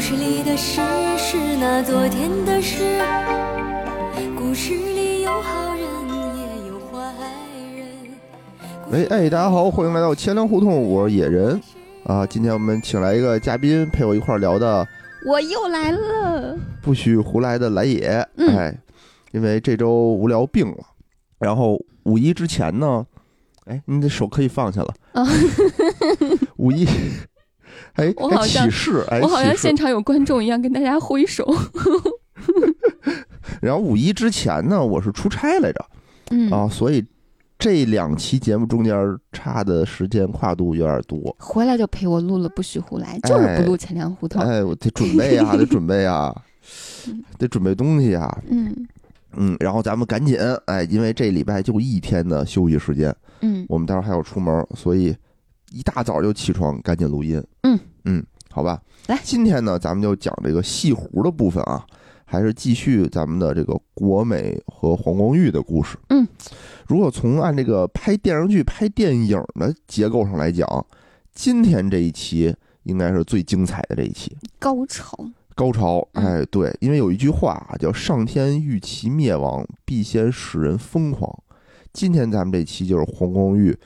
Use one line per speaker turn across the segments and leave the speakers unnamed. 事里的事是那昨天的事，故事里有好人也有坏人。
喂，哎，大家好，欢迎来到千粮胡同，我是野人啊。今天我们请来一个嘉宾陪我一块儿聊的，
我又来了，
不许胡来的来也。
嗯
哎，因为这周无聊病了，然后五一之前呢，哎，你的手可以放下了。
啊
五 一，哎，
我
哎
好像
起誓，哎，
我好像
起誓
现场有观众一样跟大家挥手。
然后五一之前呢，我是出差来着、
嗯，
啊，所以这两期节目中间差的时间跨度有点多。
回来就陪我录了，不许胡来，就是不录钱粮胡 同。
哎，我得准备 啊，得准备啊
嗯，
得准备东西啊，
嗯
嗯，然后咱们赶紧，哎，因为这礼拜就一天的休息时间，
嗯，
我们待会儿还要出门，所以一大早就起床，赶紧录音。
嗯
嗯，好吧。
来
今天呢，咱们就讲这个西湖的部分啊，还是继续咱们的这个国美和黄光裕的故事。
嗯，
如果从按这个拍电视剧、拍电影的结构上来讲，今天这一期应该是最精彩的这一期。
高潮。
高潮，
嗯
哎，对，因为有一句话啊，叫“上天欲其灭亡，必先使人疯狂”。今天咱们这期就是黄光裕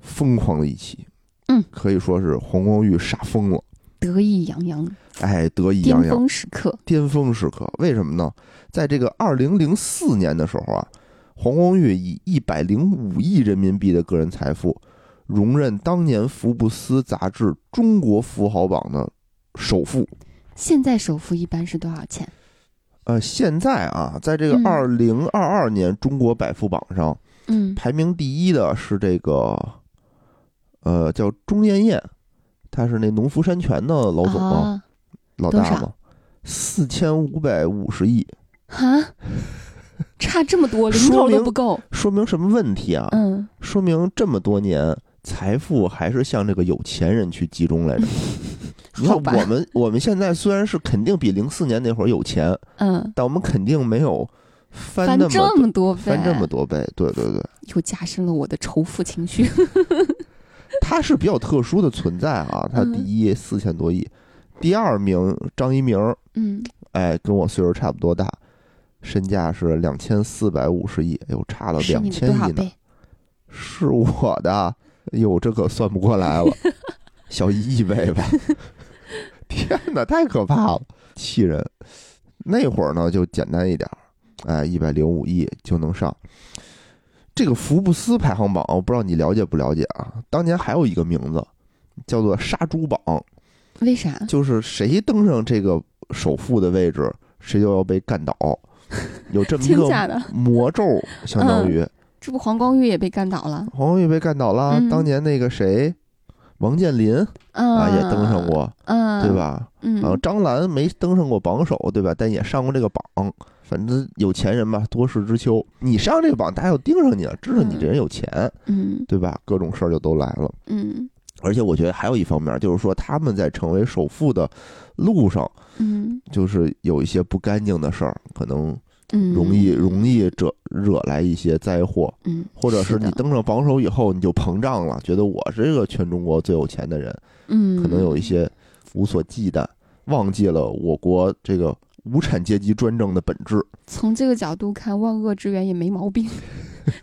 疯狂的一期，
嗯，
可以说是黄光裕傻疯了，
得意洋洋，
哎，得意
巅
洋洋，
峰时刻。
巅峰时刻。为什么呢？在这个二零零四年的时候啊，黄光裕以一百零五亿人民币的个人财富，荣任当年福布斯杂志中国富豪榜的首富。
现在首付一般是多少钱？
呃，现在啊，在这个
嗯
二零二二年中国百富榜上、
嗯，
排名第一的是这个，呃，叫钟艳艳，她是那农夫山泉的老总嘛，
啊，
老
多
大
少
嘛，四千五百五十亿，
啊哈，差这 么多，零
说
头都
明
不够。
说明什么问题啊？
嗯，
说明这么多年财富还是向这个有钱人去集中来着。啊你看
嗯好吧，
我们我们现在虽然是肯定比零四年那会儿有钱，
嗯，
但我们肯定没有翻
翻
那么
这么多倍，
翻这么多倍，对对对。
又加深了我的仇富情绪。
他是比较特殊的存在啊，他
嗯
第一四千多亿，第二名张一鸣，
嗯，
哎，跟我岁数差不多大，身价是两千四百五十亿，哎呦，差了
是
两
你的
千
多少
亿呢，
倍？
是我的，哎呦，这可算不过来了，小一亿倍吧， 天哪，太可怕了，气人。那会儿呢就简单一点儿，哎，一百零五亿就能上。这个福布斯排行榜，我不知道你了解不了解啊？当年还有一个名字叫做“杀猪榜
为啥”，？
就是谁登上这个首富的位置，谁就要被干倒，有这么一
真
个
假的？
魔咒，相当于。
这不黄光裕也被干倒了？
黄光裕被干倒了，
嗯
当年那个谁，王健林
嗯，
啊也登上，过，
嗯，
对？吧？
嗯，
啊，张兰没登上过榜首，对吧？但也上过这个榜。反正有钱人嘛，多事之秋。你上这个榜，大家就盯上你了，知道你这人有钱，
嗯
对吧？各种事儿就都来了。
嗯
而且我觉得还有一方面，就是说他们在成为首富的路上，
嗯
就是有一些不干净的事儿，可能
嗯，
容易、容易惹惹来一些灾祸。
嗯，
或者是
是
你
的
登上榜首以后，你就膨胀了，觉得我是这个全中国最有钱的人，
嗯，
可能有一些无所忌惮，忘记了我国这个无产阶级专政的本质。
从这个角度看，万恶之源也没毛病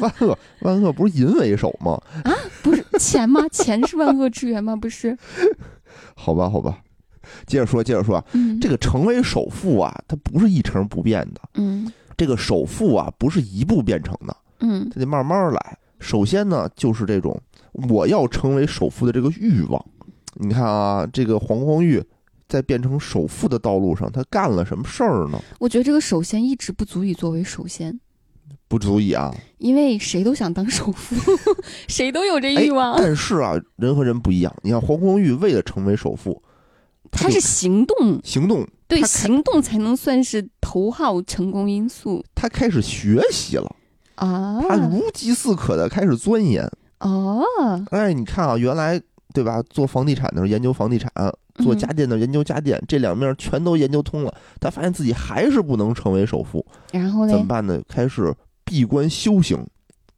万恶，万恶不是淫为首吗？
啊！不是钱吗？ 钱是万恶之源吗？不是，
好吧，好吧，接着说，接着说啊，
嗯，
这
个，
个成为首富啊，它不是一成不变的，
嗯
这个首富啊，不是一步变成的，
嗯
它得慢慢来。首先呢，就是这种我要成为首富的这个欲望。你看啊，这个黄光裕在变成首富的道路上，他干了什么事儿呢？
我觉得这个首先一直不足以作为首先，
不足以啊。
因为谁都想当首富， 谁都有这
哎
欲望，
但是啊，人和人不一样。你看黄光裕为了成为首富，
他是
就
行动，
行动，
对
他开
行动才能算是头号成功因素
他开始学习了，
啊！
他如饥似渴的开始钻研。
哦，
哎，你看啊，原来对吧，做房地产的时候研究房地产，做
嗯
家电的研究家电，这两面全都研究通了，他发现自己还是不能成为首富，
然后
怎么
嘞，
办呢？开始闭关修行，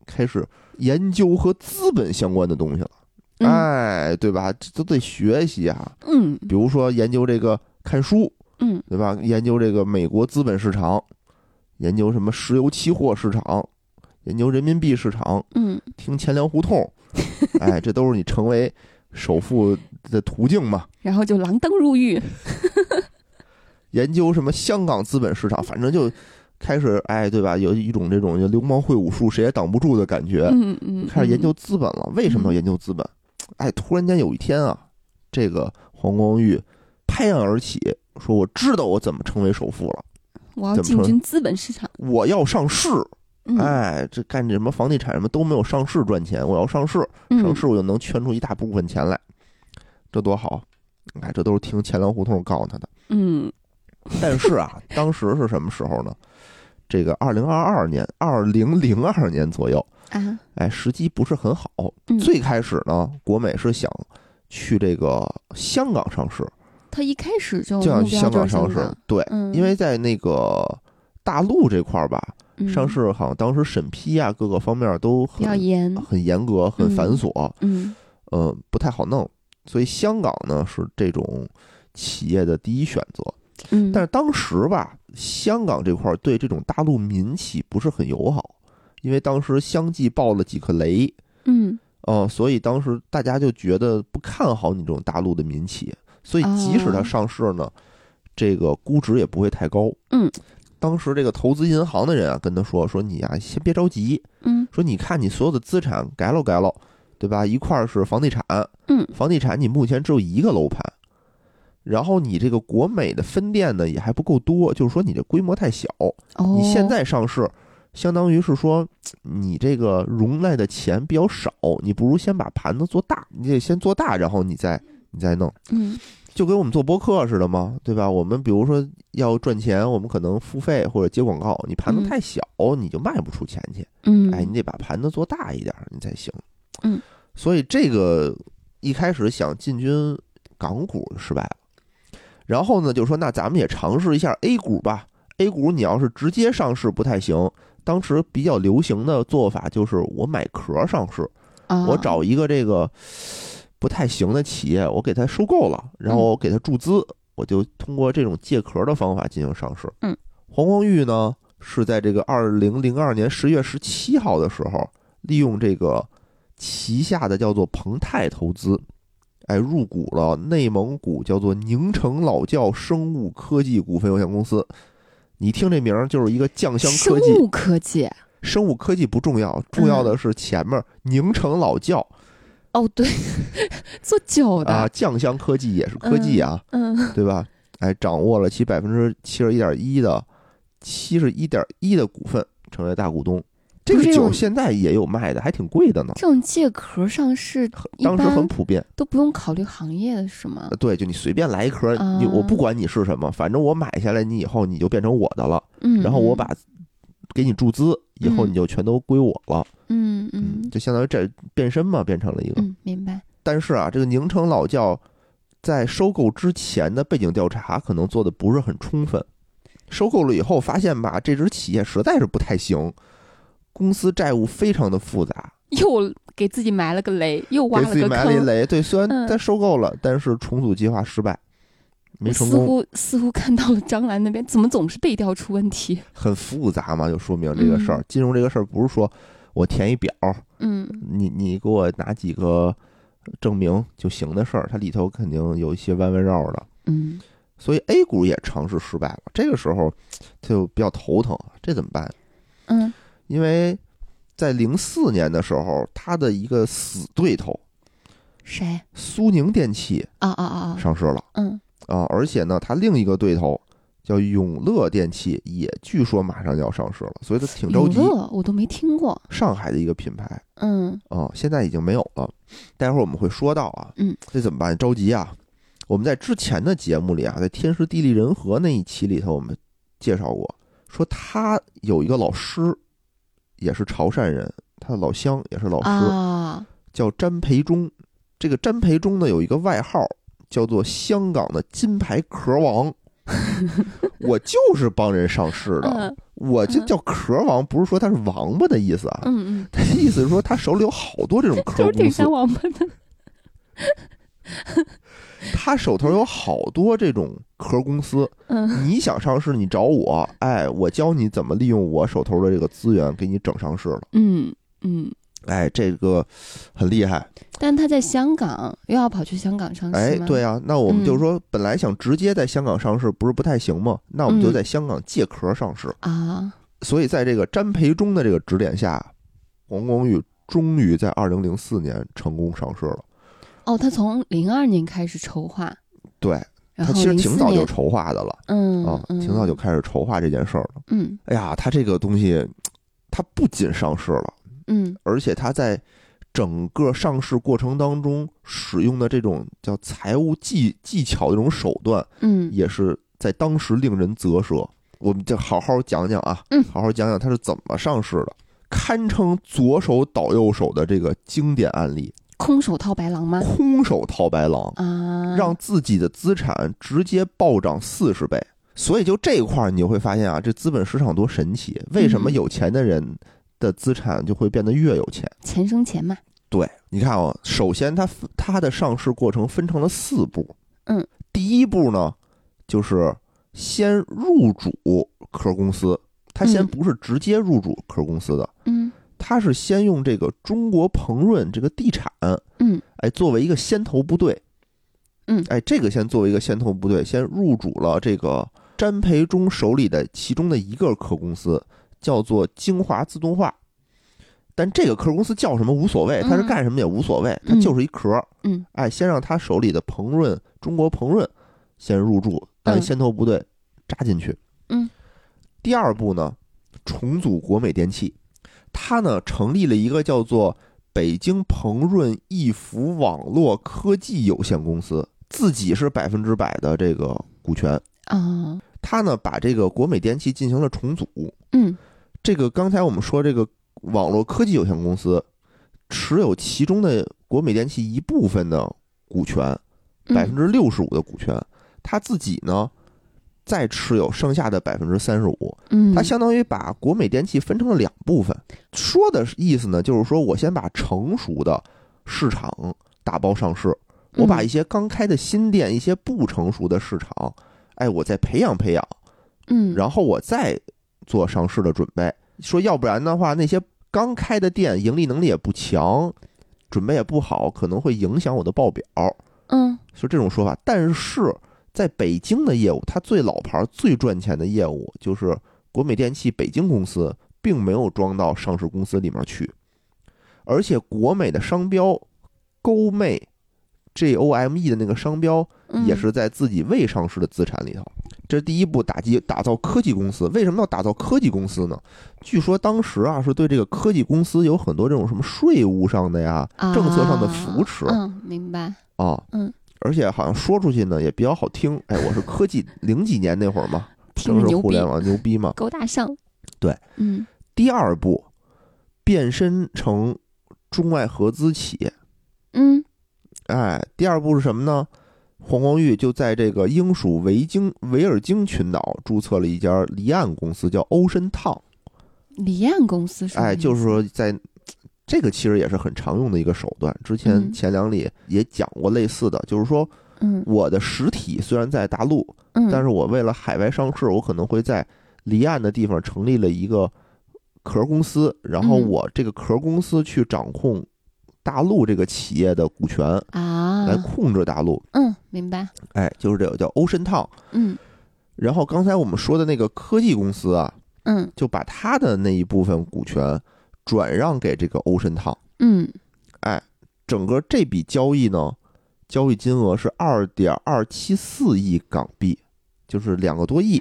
开始研究和资本相关的东西了。
嗯
哎，对吧？这都得学习啊。
嗯
比如说研究这个看书，
嗯
对吧？研究这个美国资本市场，研究什么石油期货市场，研究人民币市场，
嗯
听钱粮胡同，哎，这都是你成为首富的途径嘛。
然后就锒铛入狱。
研究什么香港资本市场，反正就开始哎，对吧？有一种这种就流氓会武术，谁也挡不住的感觉。
嗯嗯，
开始研究资本了，为什么要研究资本？哎，突然间有一天啊，这个黄光裕拍案而起，说我知道我怎么成为首富了，
嗯，我要
怎么
进
说
军资本市场。
我要上市。
嗯，
哎，这干什么房地产什么都没有上市赚钱，我要上市，上
嗯
市我就能圈出一大部分钱来，这多好！哎，这都是听钱粮胡同告诉他的。
嗯
但是啊，当时是什么时候呢？这个二零二二年、二零零二年左右，
啊，
哎，时机不是很好。
嗯
最开始呢，国美是想去这个香港上市，
他一开始就
就想
哦目
去
标
香
就
港
是
上市。
香
对，
嗯
因为在那个大陆这块儿吧，
港
上
嗯
市好像当时审批啊，各个方面都
比较
很
严。
很严格、很繁琐，
嗯
嗯、不太好弄。所以香港呢是这种企业的第一选择。
嗯，
但是当时吧，香港这块儿对这种大陆民企不是很友好，因为当时相继爆了几颗雷，
嗯
呃，所以当时大家就觉得不看好你这种大陆的民企，所以即使它上市呢，这个估值也不会太高。
嗯，
当时这个投资银行的人啊跟他说：“说你呀、先别着急，
嗯
说你看你所有的资产改喽改喽，对吧？一块儿是房地产，
嗯
房地产你目前只有一个楼盘，然后你这个国美的分店呢也还不够多，就是说你这规模太小，
哦，
你现在上市，相当于是说你这个容纳的钱比较少，你不如先把盘子做大，你得先做大，然后你再你再弄，
嗯
就跟我们做播客似的嘛，对吧？我们比如说要赚钱，我们可能付费或者接广告，你盘子
嗯
太小，你就卖不出钱去。
嗯，
哎，你得把盘子做大一点儿，你才行。
嗯，
所以这个一开始想进军港股失败了，然后呢就说那咱们也尝试一下 A 股吧。A 股你要是直接上市不太行，当时比较流行的做法就是我买壳上市，
啊
我找一个这个不太行的企业，我给它收购了，然
嗯
后我给它注资，我就通过这种借壳的方法进行上市。
嗯，
黄光裕呢是在这个二零零二年十月十七号的时候，利用这个旗下的叫做鹏泰投资。哎，入股了内蒙古叫做宁城老窖生物科技股份有限公司。你听这名儿就是一个酱香
生
科技，
物嗯科技。
生物科技不重要，重要的是前面儿宁城老窖
哦，对， 做酒的，
啊，酱香科技也是科技啊，
嗯
对吧？哎，掌握了其百分之七十一点一的七十一点一的股份，成为大股东。这
不
个
是
酒
有
现在也有卖的，还挺贵的呢，
这种借壳上市一
当时很
般
普遍。
都不用考虑行业的是吗
呃？对，就你随便来一壳，你我不
啊
管你是什么，反正我买下来，你以后你就变成我的了，
嗯，
然后我把给你注资，以后
嗯
你就全都归我了。
嗯
嗯
嗯
就相当于这变身嘛，变成了一个。
嗯明白，
但是啊，这个宁城老窖在收购之前的背景调查可能做的不是很充分，收购了以后发现吧，这支企业实在是不太行，公司债务非常的复杂，
又给自己埋了个雷，又挖
给
了
自己
个
埋了一
坑，
雷。对，虽然
嗯
它收购了，但是重组计划失败，没成
似
功，
乎似乎看到了张兰那边怎么总是背调出问题，
很复杂嘛，就说明这个事儿，金融这个事儿不是说我填一表，
嗯
你你给我拿几个证明就行的事儿，它里头肯定有一些弯弯绕绕的。
嗯
所以 A 股也尝试失败了。这个时候他就比较头疼，啊这怎么办？
嗯
因为在零四年的时候，他的一个死对头
谁
苏宁电器
啊啊啊啊
上市了
嗯
啊，而且呢，他另一个对头叫永乐电器也据说马上就要上市了，所以他挺着
永
急。
乐我都没听过，
上海的一个品牌
嗯
啊，现在已经没有了，待会儿我们会说到啊。
嗯，
这怎么办？着急啊！我们在之前的节目里啊，在天时地利人和那一期里头，我们介绍过，说他有一个老师，也是潮汕人，他的老乡也是老师，
啊
叫詹培忠。这个詹培忠呢，有一个外号叫做“香港的金牌壳王”， 我就是帮人上市的，
嗯
我这
嗯
叫壳王，不是说他是王八的意思啊，
嗯嗯，
他意思是说他手里有好多这种壳
都是
公
挺
司
像，王八的，
他手头有好多这种壳公司，
嗯
你想上市，你找我，哎，我教你怎么利用我手头的这个资源给你整上市了，
嗯嗯，
哎，这个很厉害，
但他在香港又要跑去香港上
哎
市，吗？
对啊，那我们
嗯
就是说，本来想直接在香港上市，不是不太行吗？那我们就
嗯
在香港借壳上市。
啊，
所以在这个詹培忠的这个指点下，黄光裕终于在二零零四年成功上市了。
哦，他从零二年开始筹划，
对他
然后
其实
零四
挺早就
年，
筹划的了
嗯
啊，
嗯
挺早就开始筹划这件事儿了。
嗯
哎呀，他这个东西，他不仅上市了，
嗯
而且他在整个上市过程当中使用的这种叫财务技技巧的这种手段，
嗯
也是在当时令人啧舌。我们就好好讲讲啊，
嗯
好好讲讲它是怎么上市的，堪称左手倒右手的这个经典案例
空手套白
——
狼吗？
空手套白狼，
啊，
让自己的资产直接暴涨四十倍。所以就这一块儿，你就会发现啊，这资本市场多神奇！为什么
嗯
有钱的人的资产就会变得越有钱？
钱生钱嘛，
对，你看啊、首先它分它的上市过程分成了四步。
嗯，
第一步呢，就是先入主壳公司，它先
嗯
不是直接入主壳公司的，
嗯
它是先用这个中国鹏润这个地产，
嗯
哎，作为一个先头部队，
嗯
哎，这个先作为一个先头部队，先入主了这个詹培忠手里的其中的一个壳公司，叫做京华自动化。但这个壳公司叫什么无所谓，它是
嗯
干什么也无所谓，它
嗯
就是一壳儿。
嗯
哎，先让他手里的鹏润中国鹏润先入驻，当
嗯
先头部队扎进去。
嗯，
第二步呢，重组国美电器，他呢成立了一个叫做北京鹏润易福网络科技有限公司，自己是百分之百的这个股权。
啊
他呢把这个国美电器进行了重组，
嗯
这个刚才我们说这个网络科技有限公司持有其中的国美电器一部分的股权，
嗯
百分之六十五的股权，他自己呢再持有剩下的百分之三十五，
嗯，
他相当于把国美电器分成了两部分。说的意思呢，就是说我先把成熟的市场打包上市，
嗯
我把一些刚开的新店、一些不成熟的市场，哎，我再培养培养。
嗯
然后我再做上市的准备。说要不然的话，那些刚开的店盈利能力也不强，准备也不好，可能会影响我的报表，
嗯
是这种说法。但是在北京的业务，它最老牌、最赚钱的业务就是国美电器北京公司，并没有装到上市公司里面去，而且国美的商标勾妹 G O M E 的那个商标
嗯
也是在自己未上市的资产里头。这是第一步，打击打造科技公司。为什么要打造科技公司呢？据说当时啊，是对这个科技公司有很多这种什么税务上的呀、政策上的扶持
啊嗯，明白，
啊，
嗯，
而且好像说出去呢也比较好听。哎，我是科 技零几年那会儿嘛，
听
正
着
是
牛
互
逼，
联网牛逼嘛。
狗打上，
对，
嗯
第二步，变身成中外合资企业。
嗯
哎，第二步是什么呢？黄光裕就在这个英属维京维尔京群岛注册了一家离岸公司，叫欧申烫。
离岸公司是
哎，
什么
就是
意思
说在。这个其实也是很常用的一个手段，之前
嗯
前两里也讲过类似的，就是说
嗯
我的实体虽然在大陆，
嗯，
但是我为了海外上市，我可能会在离岸的地方成立了一个壳公司，然后
嗯
我这个壳公司去掌控大陆这个企业的股权，
啊
来，控制大陆。
嗯，明白，
哎，就是这个叫欧申烫。
嗯
然后刚才我们说的那个科技公司啊，
嗯
就把它的那一部分股权转让给这个欧申烫。
嗯
整个这笔交易呢，交易金额是二点二七四亿港币，就是两个多亿。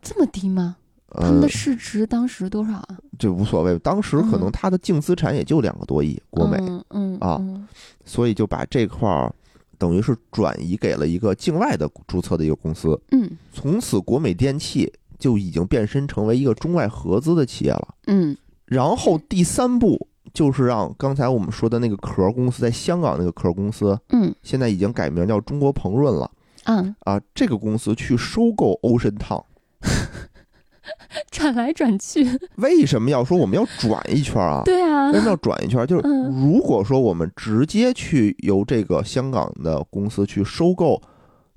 这么低吗？他们
呃
的，市值当时多少啊？
这无所谓。当时可能
嗯
它的净资产也就两个多亿，国美，
嗯嗯
啊
嗯
所以就把这块儿等于是转移给了一个境外的注册的一个公司。
嗯
从此，国美电器就已经变身成为一个中外合资的企业了。
嗯
然后第三步就是让刚才我们说的那个壳公司，在香港那个壳公司，
嗯
现在已经改名叫中国鹏润了
啊，
啊。这个公司去收购欧申烫，
转来转去，
啊为什么要说我们要转一圈啊？
对啊
为，什么要转一圈？就是
嗯
如果说我们直接去由这个香港的公司去收购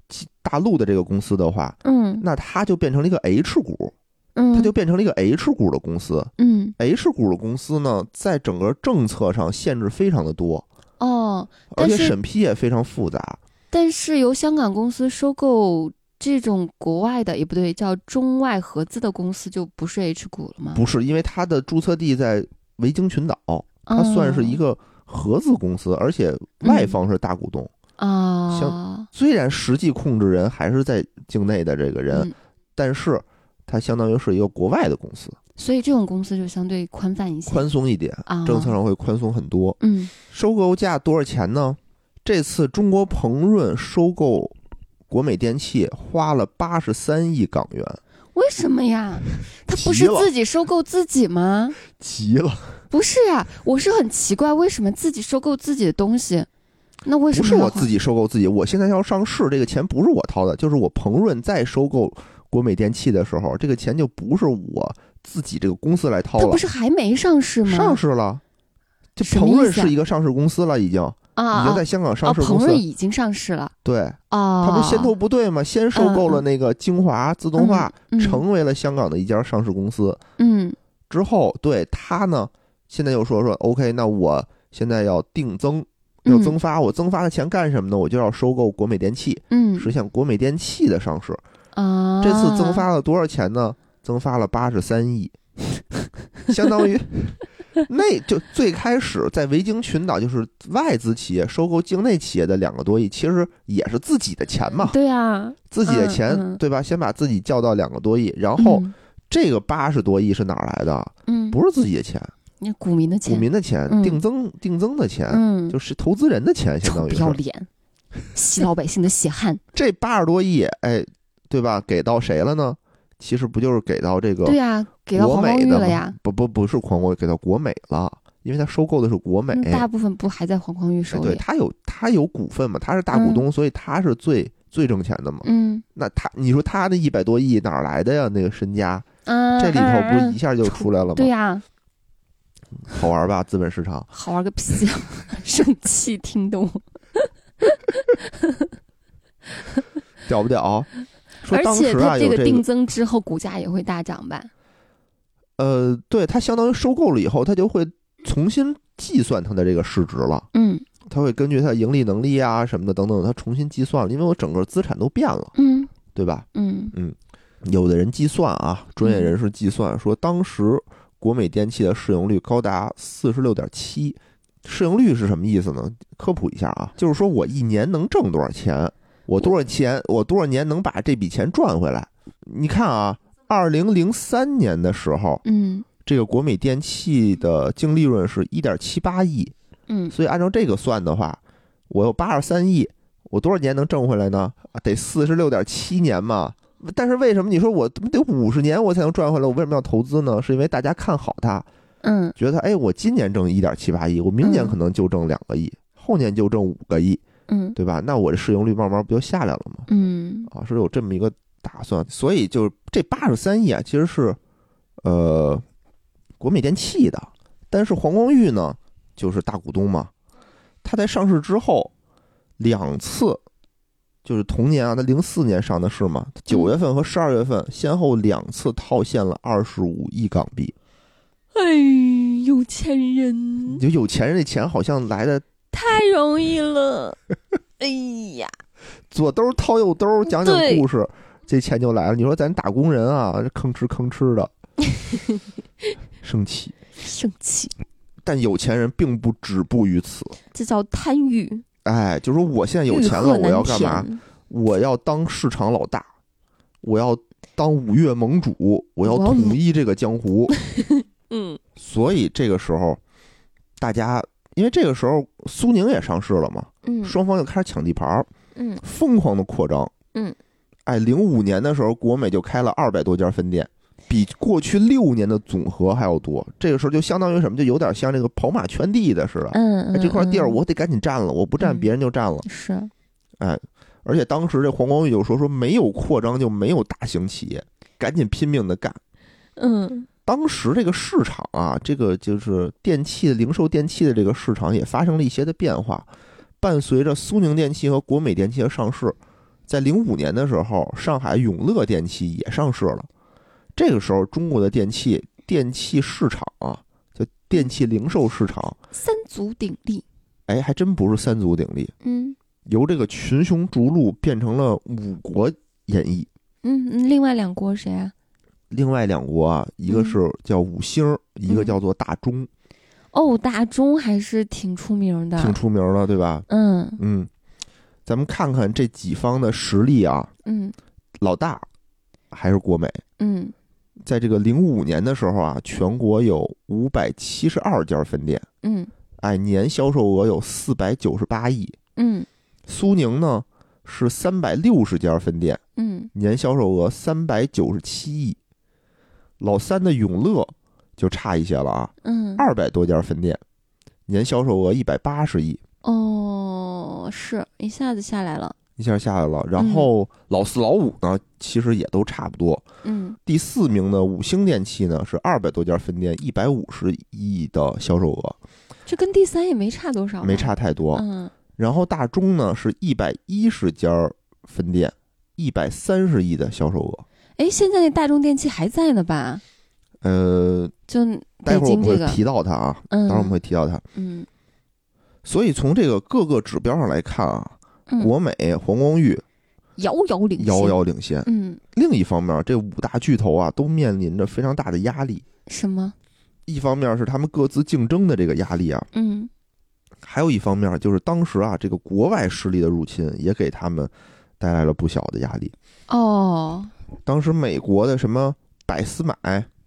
其大陆的这个公司的话，
嗯
那它就变成了一个 H 股，
嗯，
它就变成了一个 H 股的公司。
嗯
H 股的公司呢，在整个政策上限制非常的多，
哦，
而
但
且
是
审批也非常复杂。
但是由香港公司收购这种国外的也不对，叫中外合资的公司就不是 H 股了吗？
不是因为它的注册地在维京群岛，它算
哦
是一个合资公司，而且外
嗯
方是大股东。
啊，
虽然实际控制人还是在境内的这个人，
嗯
但是它相当于是一个国外的公司，
所以这种公司就相对宽泛一些
宽松一点，
啊，
政策上会宽松很多。
嗯
收购价多少钱呢？这次中国鹏润收购国美电器花了八十三亿港元，
为什么呀？他
急
不是
了
自己收购自己吗？
急了！
不是呀、我是很奇怪，为什么自己收购自己的东西？那为什
不
么
是我
要花
自己收购自己，我现在要上市，这个钱不是我掏的，就是我鹏润在收购国美电器的时候，这个钱就不是我自己这个公司来掏
他
了
不，是还没上市吗？
上市了。这
什么
鹏
意
润
思啊
是一个上市公司了，已经
啊
已经
啊
在香港
啊！
上市公
鹏
司
润。已经上市了
对，
啊！
它不是先头不对吗？先收购了那个精华自动化，
嗯嗯嗯
成为了香港的一家上市公司。
嗯
之后，对它呢，现在又说说 OK，那我现在要定增，要
嗯
增发，我增发的钱干什么呢？我就要收购国美电器，
嗯
实现国美电器的上市。
啊，
这次增发了多少钱呢？增发了八十三亿， 相当于那就最开始在维京群岛就是外资企业收购境内企业的两个多亿，其实也是自己的钱嘛，
对啊，
自己的
嗯
钱、
嗯
对吧？先把自己叫到两个多亿，然后这个八十多亿是哪儿来的？
嗯，嗯
不是自己的钱，
那股民的
股
钱，
民的钱，
嗯
定增定增的钱。
嗯，
就是投资人的钱，相
臭
当于
不要
是
脸，吸老百姓的血汗。
这八十多亿，哎，对吧？给到谁了呢？其实不就是给到这个
对呀，给到
国
黄光
美
裕
的吗
了呀。
不不不是狂国，给到国美了，因为它收购的是国美，
那嗯大部分不还在黄光裕手
哎对
里？
它有它有股份嘛，它是大股东，所以它是最最挣钱的嘛。
嗯
那它你说它那一百多亿哪儿来的呀？那个身家，
啊，
这里头不是一
嗯
下就出来了吗
对？呀，
好玩吧，资本市场。
好玩个屁啊！ 生气，听懂？
屌不屌？说
而
当
且
时
它
啊
这
有
个
这
定
个
增之后，股价也会大涨吧？
呃，对它相当于收购了以后，它就会重新计算它的这个市值了。
嗯
它会根据它的盈利能力啊什么的等等，它重新计算了，因为我整个资产都变了，
嗯
对吧？
嗯
有的人计算啊，专业人士计算说，当时国美电器的市盈率高达四十六点七。市盈率是什么意思呢？科普一下啊，就是说我一年能挣多少钱，我多少钱，我多少年能把这笔钱赚回来。你看啊，二零零三年的时候，
嗯
这个国美电器的净利润是一点七八亿，
嗯，
所以按照这个算的话，我有八十三亿，我多少年能挣回来呢？啊得四十六点七年嘛。但是为什么你说我他妈得五十年我才能赚回来？我为什么要投资呢？是因为大家看好它，
嗯
觉得哎，我今年挣一点七八亿，我明年
嗯
可能就挣两个亿，后年就挣五个亿，
嗯
对吧？那我这市盈率慢慢不就下来了吗？
嗯
啊，是有这么一个打算。所以就是这八十三亿啊，其实是呃国美电器的，但是黄光裕呢就是大股东嘛，他在上市之后两次。就是同年啊，他零四年上的市嘛，九月份和十二月份先后两次套现了二十五亿港币。
哎，有钱人
嗯
你就有钱人的钱好像来的
太容 易了。哎呀，
左兜掏右兜，讲讲
对
故事，这钱就来了。你说咱打工人啊，这吭哧吭哧 的，生气。
生气，
但有钱人并不止步于此。
这叫贪欲。
哎，就说我现在有钱
欲
了，
壑
我
难
要干嘛？
填？
我要当市场老大，我要当五岳盟主，我要
哇哦
统一这个江湖。
嗯
所以这个时候，大家因为这个时候苏宁也上市了嘛，
嗯
双方就开始抢地盘儿，
嗯
疯狂的扩张。
嗯，
哎，零五年的时候，国美就开了二百多家分店。比过去六年的总和还要多，这个时候就相当于什么，就有点像这个跑马圈地的似的，
嗯
哎，这块地儿
嗯
我得赶紧占了，我不占
嗯
别人就占了。
是
而且当时这黄光裕就说说没有扩张就没有大型企业，赶紧拼命的干。
嗯
当时这个市场啊，这个就是电器零售电器的这个市场也发生了一些的变化。伴随着苏宁电器和国美电器的上市，在零五年的时候，上海永乐电器也上市了。这个时候，中国的电器电器市场啊，就电器零售市场，
三足鼎立，
哎，还真不是三足鼎立，
嗯
由这个群雄逐鹿变成了五国演义。
嗯，另外两国谁啊？
另外两国啊，一个
嗯
是叫五星儿，一个叫做大中，
哦，大中还是挺出名的，
挺出名的，对吧？
嗯
嗯，咱们看看这几方的实力啊，
嗯
老大还是国美，
嗯，
在这个零五年的时候啊，全国有五百七十二家分店，
嗯
哎，年销售额有四百九十八亿。
嗯
苏宁呢是三百六十家分店，
嗯
年销售额三百九十七亿。老三的永乐就差一些了啊，
嗯，
二百多家分店，年销售额一百八十亿，
哦，是一下子下来了，
一下下来了。然后老四、老五呢，其实也都差不多。
嗯
第四名的五星电器呢是二百多家分店，一百五十亿的销售额，
这跟第三也没差多少，
没，差太多。
嗯
然后大中呢是一百一十家分店，一百三十亿的销售额。
哎，现在那大众电器还在呢吧？
呃，
就
待会
北
儿我
京
们
这
会
个，
提到它啊，
嗯
待会儿我们会提到它。
嗯
所以从这个各个指标上来看啊，
嗯，
国美、黄光裕
遥遥领先，
遥遥领先。
嗯，
另一方面，这五大巨头啊，都面临着非常大的压力。
什么？
一方面是他们各自竞争的这个压力啊，
嗯
还有一方面就是当时啊，这个国外势力的入侵也给他们带来了不小的压力。
哦，
当时美国的什么百思买，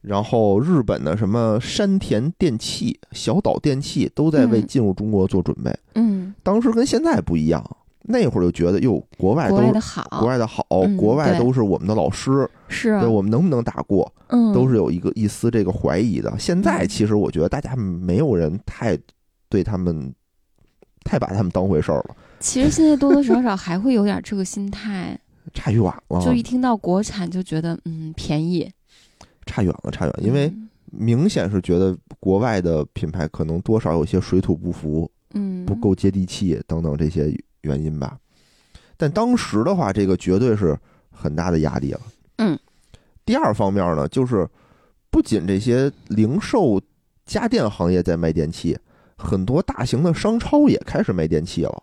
然后日本的什么山田电器、小岛电器，都在为
嗯
进入中国做准备。
嗯，
当时跟现在不一样，那会儿就觉得哟，国外
国
都
外
是
的好，
国外的好，
嗯
国外
对
都是我们的老师，
是啊
对，我们能不能打过？
嗯
都是有一个一丝这个怀疑的。现在
嗯
其实我觉得大家没有人太对他们太把他们当回事儿了，
其实现在多多少少还会有点这个 心态，
差远了，
就一听到国产就觉得嗯便宜，
差远了，差远了，因为
嗯
明显是觉得国外的品牌可能多少有些水土不服，
嗯
不够接地气等等这些原因吧。但当时的话，这个绝对是很大的压力了。
嗯，
第二方面呢，就是不仅这些零售家电行业在卖电器，很多大型的商超也开始卖电器了，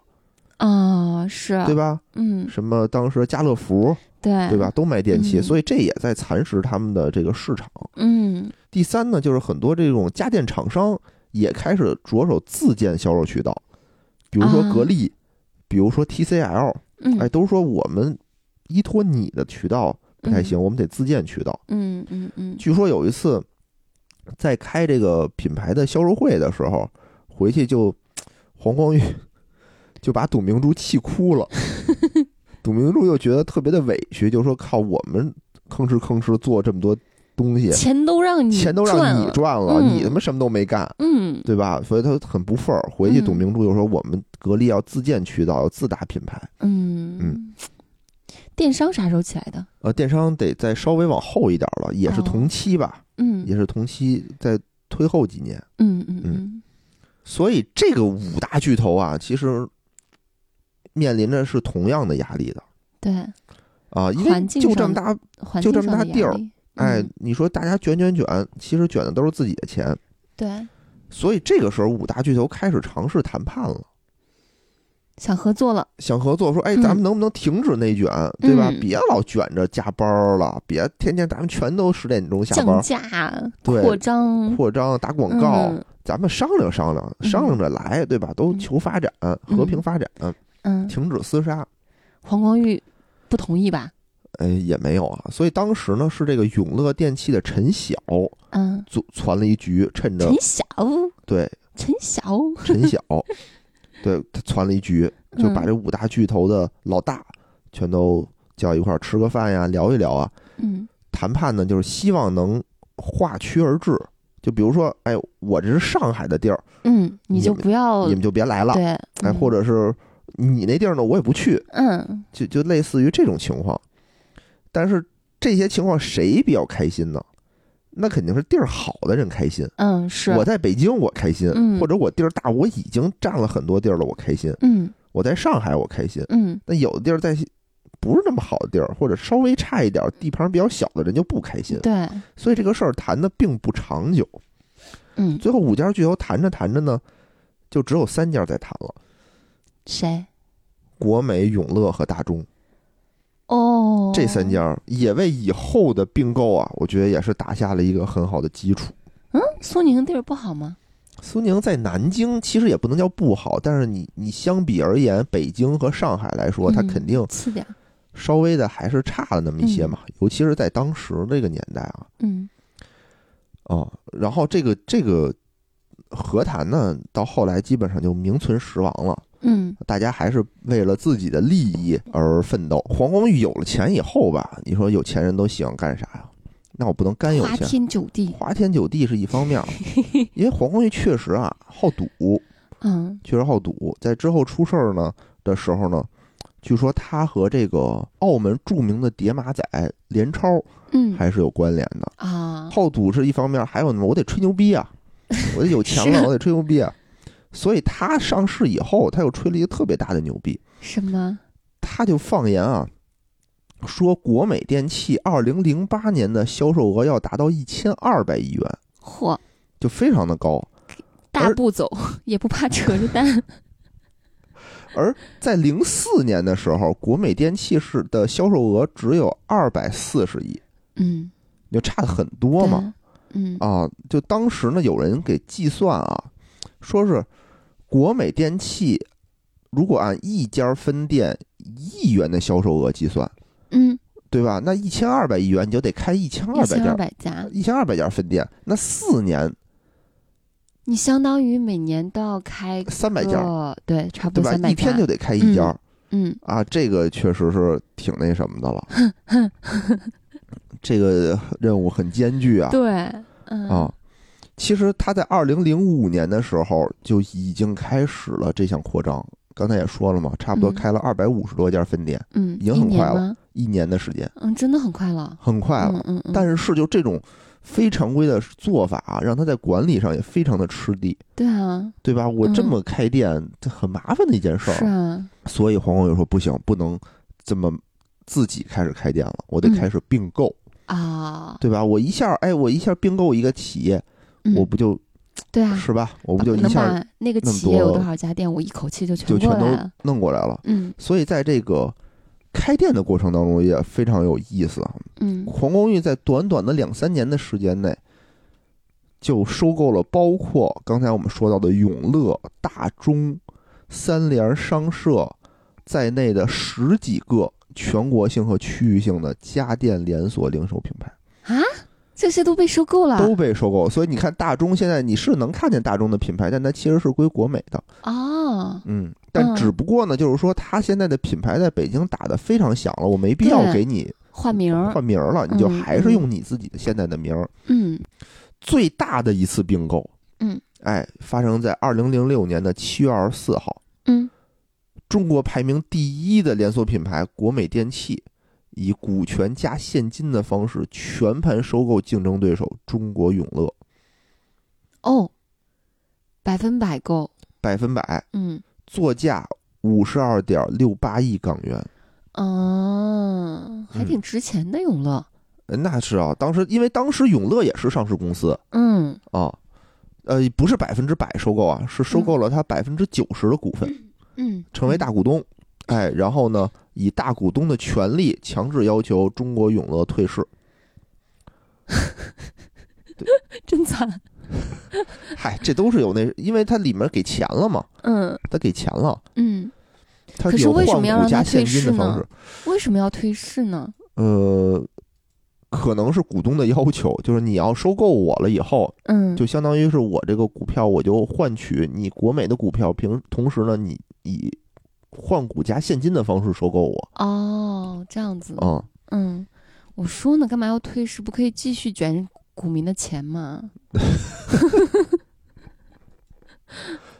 啊、是
对吧？
嗯
什么当时家乐福，
对
对吧？？都卖电器，
嗯
所以这也在蚕食他们的这个市场。
嗯
第三呢，就是很多这种家电厂商也开始着手自建销售渠道，比如说
啊
格力，比如说 TCL，
嗯
哎，都说我们依托你的渠道不太行，我们得自建渠道。
嗯嗯嗯
据说有一次在开这个品牌的销售会的时候，回去就黄光裕就把董明珠气哭 了，董明珠又觉得特别的委屈，就说靠我们吭哧吭哧做这么多东西
嗯，。钱都让你
钱都
赚
让你
了
赚了，
嗯
你他妈什么都没干，
嗯
对吧？所以他很不忿儿。回去，
嗯
董明珠就说：“我们格力要自建渠道，要自打品牌。
嗯
嗯
电商啥时候起来的？
呃，电商得再稍微往后一点儿了，也是
哦
同期吧，
嗯
也是同期，再推后几年。
嗯嗯
嗯
嗯
所以这个五大巨头啊，其实面临着是同样的压力的
对
啊，因为
环境
就这么
上
大，
环
就
境
这么
上
大
的
地
压
儿
力，
哎
嗯，
你说大家卷卷卷，其实卷的都是自己的钱。
对，
所以这个时候，五大巨头开始尝试谈判了。
想合作了，
想合作，说哎，
嗯
咱们能不能停止内卷，对吧？
嗯
别老卷着加班儿了，别天天咱们全都十点钟下班
降
儿，
价
对
扩张
扩张打广告，
嗯
咱们商量商量，
嗯
商量着来，对吧？都求发展，和平发展，
嗯，
停止厮杀。
黄光裕不同意吧？
哎，也没有啊，所以当时呢是这个永乐电器的陈晓
嗯，
组传了一局，趁着
陈晓，
对
陈晓，
陈 晓，对他传了一局，就把
嗯
这五大巨头的老大全都叫一块儿吃个饭呀，聊一聊啊，
嗯
谈判呢，就是希望能化区而治。就比如说，哎，我这是上海的地儿，
嗯，你就
你们
不要
你们就别来了。
对，
哎，
嗯
或者是你那地儿呢，我也不去，
嗯
就就类似于这种情况。但是这些情况谁比较开心呢？那肯定是地儿好的人开心。
嗯，是，
我在北京我开心，
嗯
或者我地儿大，我已经占了很多地儿了，我开心。
嗯
我在上海我开心，
嗯
那有的地儿在不是那么好的地儿，或者稍微差一点儿地盘比较小的人就不开心。
对，
所以这个事儿谈的并不长久。
嗯，
最后五家巨头谈着谈着呢，就只有三家在谈了：
谁？
国美、永乐和大中
哦，
这三家，也为以后的并购啊，我觉得也是打下了一个很好的基础。
苏宁地儿不好吗？
苏宁在南京其实也不能叫不好，但是你你相比而言，北京和上海来说，它
嗯
肯定
次点儿，
稍微的还是差了那么一些嘛，尤其是在当时这个年代啊，
嗯
啊、然后这个这个和谈呢，到后来基本上就名存实亡了。
嗯
大家还是为了自己的利益而奋斗。黄光裕有了钱以后吧，你说有钱人都喜欢干啥呀？那我不能干有
花
钱。
天酒地，
花天酒地是一方面 儿，因为黄光裕确实啊好赌，
嗯
确实好赌。在之后出事儿呢的时候呢，据说他和这个澳门著名的叠马仔连超
嗯
还是有关联的。
啊，
好赌是一方面，还有呢，我得吹牛逼啊，我得有钱
是
了，我得吹牛逼啊。所以他上市以后，他又吹了一个特别大的牛逼，
什么？
他就放言啊，说国美电器二零零八年的销售额要达到一千二百亿元，
嚯，
就非常的高。
大
而
步走 也不怕扯着蛋，
而在零四年的时候，国美电器是的销售额只有二百四十亿，
嗯，
就差的很多嘛。
对，嗯
啊，就当时呢，有人给计算啊，说是国美电器如果按一家分店一亿元的销售额计算，
嗯，
对吧？那一千二百亿元你就得开一千二
一
百
千
家
二百家，
一千二百家分店，那四年
你相当于每年都要开
三百家，
个，对，差不
对
多
吧
哦三？百
一天就得开一家、
嗯
啊，这个确实是挺那什么的了。 这个任务很艰巨啊
对，嗯
啊！其实他在二零零五年的时候就已经开始了这项扩张，刚才也说了嘛，差不多
嗯
开了二百五十多家分店，
嗯，
已经
一
很
年
快了
吗？
一年的时间，
嗯，真的很快了，
很快了。
嗯嗯嗯，
但是就这种非常规的做法啊、让他在管理上也非常的吃力。
对啊，
对吧？我这
嗯
么开店，这很麻烦的一件事
是
儿。
啊，
所以黄光裕说不行，不能这么自己开始开店了，我得
嗯
开始并购，
啊，
对吧？我一下，哎，我一下并购一个企业，
嗯
我不就、
对啊，
是吧？我不就一
能
下
把那个
那么
企业有
多
多少家店，我一口气就全
就
过
全都
来啊了。
弄过来了？
嗯
所以在这个开店的过程当中也非常有意思啊。
嗯
黄光裕在短短的两三年的时间内。就收购了包括刚才我们说到的永乐、大中、三联商社在内的十几个全国性和区域性的家电连锁零售品牌
啊，这些都被收购了
都被收购。所以你看，大中现在你是能看见大中的品牌，但它其实是归国美的。
哦，
嗯，但
嗯
只不过呢，就是说它现在的品牌在北京打得非常响了，我没必要
对
给你
换名儿，
换名儿了，你就
嗯
还是
嗯
用你自己的现在的名儿。
嗯
最大的一次并购，
嗯，
哎，发生在二零零六年的七月二十四号，
嗯，
中国排名第一的连锁品牌国美电器，以股权加现金的方式全盘收购竞争对手中国永乐，
哦，百分百购，
百分百
嗯
作价五十二点六八亿港元。
哦，还
嗯
挺值钱的永乐，
呃那是啊，当时因为当时永乐也是上市公司
嗯
啊，呃，不是百分之百收购啊，是收购了它百分之九十的股份。
嗯，
成为大股东，哎，然后呢，以大股东的权利强制要求中国永乐退市。
嗯真惨，
嗨，这都是有那，因为它里面给钱了嘛，
嗯
他给钱了，
嗯，
他
可是
有
为
换
什么要
股
让
加
它
现
退
金的
市
方
呢
式。
为什么要退市呢？
呃，可能是股东的要求，就是你要收购我了以后，
嗯，
就相当于是我这个股票，我就换取你国美的股票，平同时呢，你以换股加现金的方式收购我。
哦，这样子，
嗯，
嗯，我说呢，干嘛要退市？不可以继续卷股民的钱吗？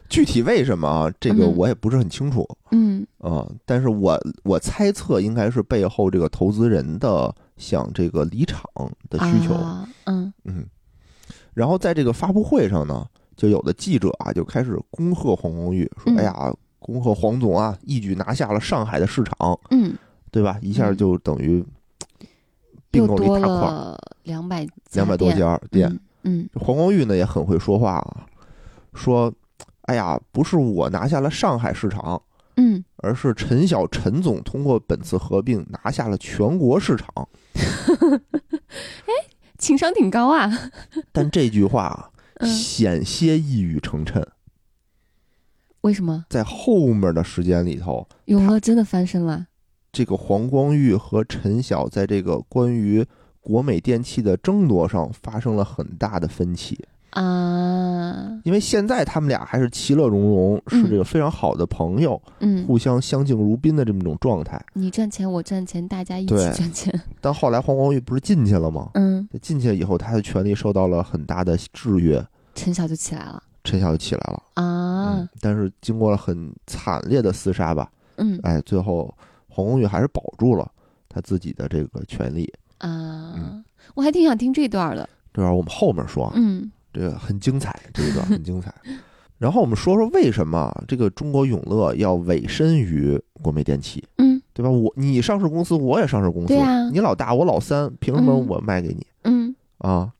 具体为什么啊？这个
嗯
我也不是很清楚。
嗯
呃啊、但是我我猜测应该是背后这个投资人的向这个离场的需求。
啊、嗯
嗯，然后在这个发布会上呢，就有的记者啊就开始恭贺黄光裕，说：“
嗯
哎呀，恭贺黄总啊，一举拿下了上海的市场，
嗯，
对吧？一下
嗯
就等于并
又
购了一
多
大块，
了两百
两百多家店。
嗯，
黄光裕呢也很会说话啊，说：“哎呀，不是我拿下了上海市场，
嗯
而是陈小陈总通过本次合并拿下了全国市场。”
嗯，情商挺高啊，
但这句话啊，
嗯，
险些一语成谶。
为什么
在后面的时间里头，
永乐真的翻身了？
这个黄光裕和陈晓在这个关于国美电器的争夺上发生了很大的分歧，
啊，
因为现在他们俩还是其乐融融，
嗯
是这个非常好的朋友，
嗯，
互相相敬如宾的这么一种状态。
你赚钱，我赚钱，大家一起
对
赚钱。
但后来黄光裕不是进去了吗？
嗯，
进去以后，他的权力受到了很大的制约，
陈晓就起来了
陈晓就起来了。嗯
啊，，
但是经过了很惨烈的厮杀吧，
嗯
哎，最后黄光裕还是保住了他自己的这个权利。嗯
啊，我还挺想听这段的。
这块儿我们后面说啊。
嗯
这个很精彩，这一段很精 彩。然后我们说说为什么这个中国永乐要委身于国美电器，
嗯
对吧？我你上市公司，我也上市公司，
对啊
你老大我老三，凭什么
嗯
我卖给你、
嗯
啊？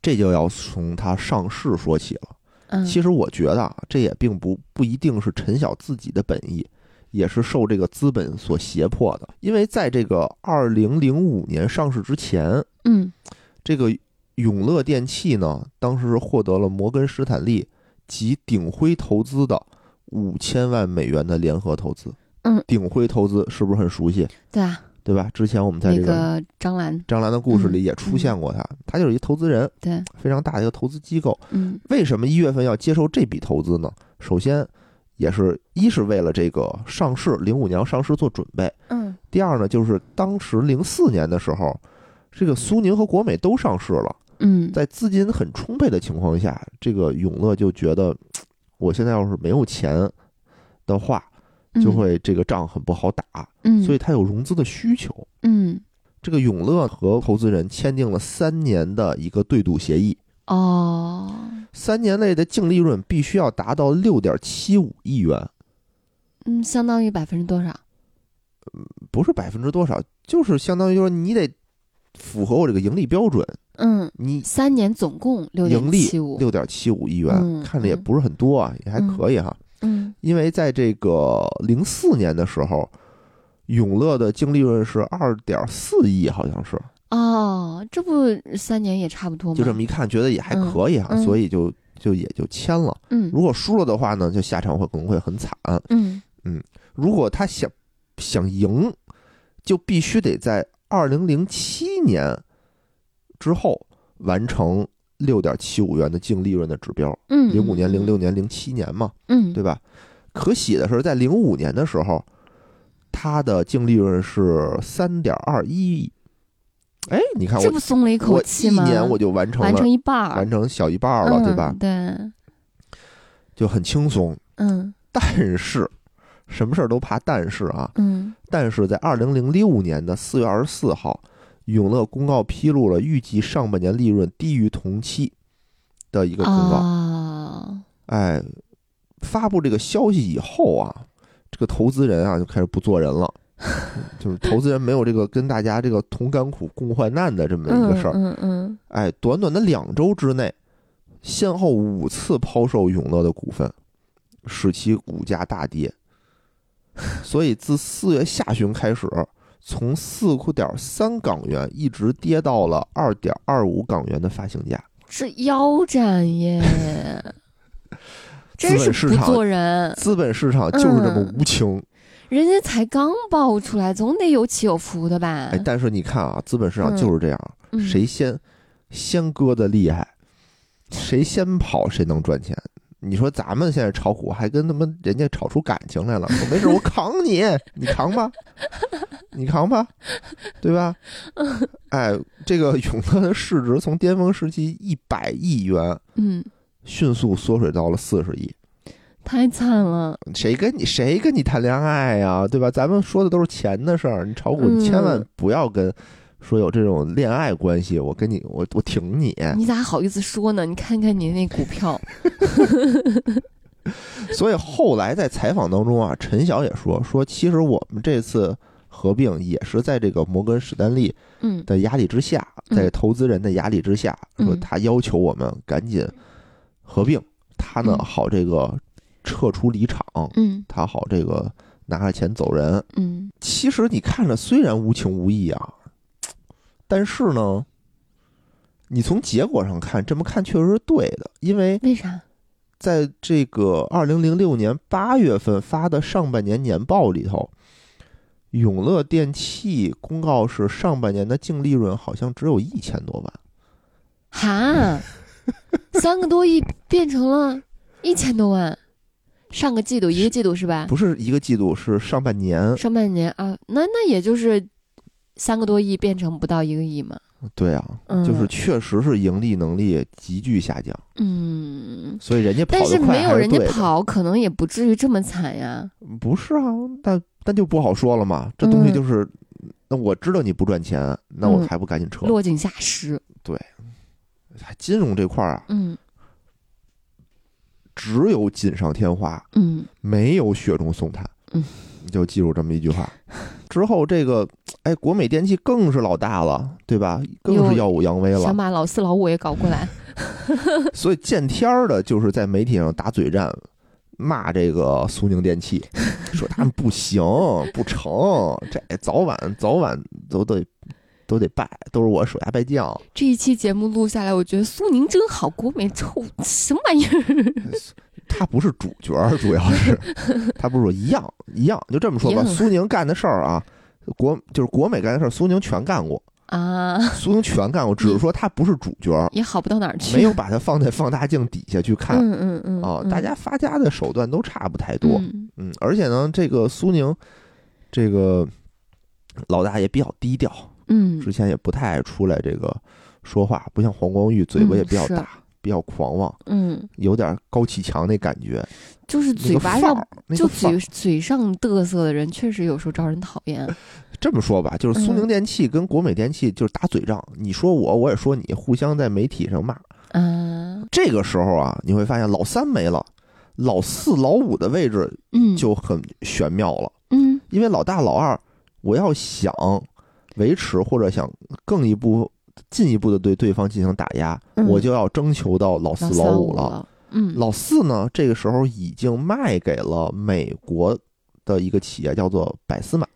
这就要从它上市说起啊了。
嗯，
其实我觉得啊，这也并不不一定是陈晓自己的本意，也是受这个资本所胁迫的。因为在这个二零零五年上市之前，
嗯
这个永乐电器呢，当时是获得了摩根斯坦利及鼎晖投资的五千万美元的联合投资。
嗯，
鼎晖投资是不是很熟悉？
对啊，
对吧？之前我们在
那
这个
个嗯张兰
张兰的故事里也出现过他，他就是一投资人，
对，
非常大的一个投资机构。
嗯
为什么一月份要接受这笔投资呢？首先，也是一是为了这个上市，零五年要上市做准备；
嗯
第二呢，就是当时零四年的时候，这个苏宁和国美都上市了。
嗯，
在资金很充沛的情况下，这个永乐就觉得，嘖我现在要是没有钱的话，就会这个仗很不好打，
嗯，
所以
以
他有融资的需求。
嗯
这个永乐和投资人签订了三年的一个对赌协议，
哦，
三年内的净利润必须要达到六点七五亿元，
嗯，相当于百分之多少？
不是百分之多少，就是相当于说你得符合我这个盈利标准，
嗯，
你
三年总共六
盈
点
利
七五，
六点七五亿元，
嗯
看着也
嗯
不是很多啊，也还
嗯
可以哈。
嗯
因为在这个零四年的时候，永乐的净利润是二点四亿，好像是，
哦，这不三年也差不多吗？
就这么一看，觉得也还可以啊，
嗯嗯嗯
所以就就也就签了。
嗯
如果输了的话呢，就下场会可能会很惨。
嗯
如果他想想赢，就必须得在二零零七年之后完成六点七五元的净利润的指标，
嗯，
零五年、
嗯
零六，年、零七年嘛。
嗯
对吧？可喜的是，在零五年的时候，它的净利润是三点二一亿。哎，你看
这
我
不松了一口
我
气
一
吗？
年我就完成了
完成一半儿，
完成小一半儿了，
嗯
对吧？
对，
就很轻松。
嗯
但是，什么事儿都怕但是啊！
嗯
但是在二零零六年的四月二十四号，永乐公告披露了预计上半年利润低于同期的一个公告。
哦啊，
哎，发布这个消息以后啊，这个投资人啊就开始不做人了， 就是投资人没有这个跟大家这个同甘苦共患难的这么一个事儿。
嗯嗯
哎，短短的两周之内，先后五次抛售永乐的股份，使其股价大跌。所以自四月下旬开始，从四点三港元一直跌到了二点二五港元的发行价。
嗯，这腰斩耶， 真
资本
是
市
不
场
做人，
资本市场就是这么
嗯
无情。
人家才刚爆出来，总得有起有伏的吧
哎，？但是你看啊，资本市场
嗯
就是这样，
嗯
谁先先割的厉害，谁先跑谁能赚钱。你说咱们现在炒股还跟他们人家炒出感情来了，说没事我扛你，你扛吧，你扛吧，对吧？哎，这个永乐的市值从巅峰时期一百亿元
嗯，
迅速缩水到了四十亿，
太惨了。
谁跟你谁跟你谈恋爱呀、对吧？咱们说的都是钱的事儿，你炒股
嗯
你千万不要跟说有这种恋爱关系，我跟你我我挺你。
你咋好意思说呢？你看看你那 股票，
所以后来在采访当中啊，陈晓也说说，其实我们这次合并也是在这个摩根史丹利
嗯
的压力之下，
嗯
在投资人的压力之下，
嗯
说他要求我们赶紧合并，他呢
嗯
好这个撤出离场，
嗯
他好这个拿着钱走人。
嗯，
其实你看着虽然无情无义啊，但是呢，你从结果上看，这么看确实是对的，因为
为啥？
在这个二零零六年八月份发的上半年年报里头，永乐电器公告是上半年的净利润好像只有一千多万，
哈，三个多亿变成了一千多万，上个季度一个季度是吧？
不是一个季度，是上半年。
上半年啊，那那也就是三个多亿变成不到一个亿嘛。
对啊，
嗯
就是确实是盈利能力急剧下降，
嗯，
所以人家跑
但
得
是
快
没有
还
人家
对的
跑，可能也不至于这么惨呀。
不是啊，但但就不好说了嘛。这东西
嗯
就是，那我知道你不赚钱，那我
嗯
还不赶紧撤？
落井下石，
哎金融这块儿啊，
嗯
只有锦上添花，
嗯
没有雪中送炭。
嗯，
你就记住这么一句话。之后这个，哎，国美电器更是老大了，对吧？更
又
是耀武扬威了
想。把老四老五也搞过 来。
所以见天儿的就是在媒体上打嘴战，骂这个苏宁电 器，说他们不行不成，这早晚早晚都得都得败，都是我手下败将。
这一期节目录下来，我觉得苏宁真好，国美臭什么玩意儿？
他不是主角儿，主要 是他不是说一样一样，就这么说吧。
一样
苏宁干的事儿啊，国就是国美干的事儿，苏宁全干过，
啊，
苏宁全干过，只
嗯
是说他不是主角儿，
也好不到哪儿去。
没有把它放在放大镜底下去看
嗯嗯嗯
啊。
嗯
大家发家的手段都差不太多，
嗯
嗯，而且呢，这个苏宁这个老大也比较低调，
嗯，
之前也不太爱出来这个说话，不像黄光裕嘴巴也比较
嗯是
大，比较狂妄，
嗯，
有点高启强那感觉，
就是
那
嗯嘴
个
巴
范
上
儿，那
就
个范儿
嘴嘴上嘚瑟的人，确实有时候招人讨厌。啊
这么说吧，就是苏宁
嗯
电器跟国美电器就是打嘴仗，你说我，我也说你，互相在媒体上骂。
啊，
这个时候啊，你会发现老三没了，老四、老五的位置
嗯，
就很玄妙了，
嗯
因为老大、老二，我要想维持或者想更一步、进一步的对对方进行打压，
嗯
我就要征求到老
老
四、老
五
五了。，
嗯，
老四呢，这个时候已经卖给了美国的一个企业，叫做百思买。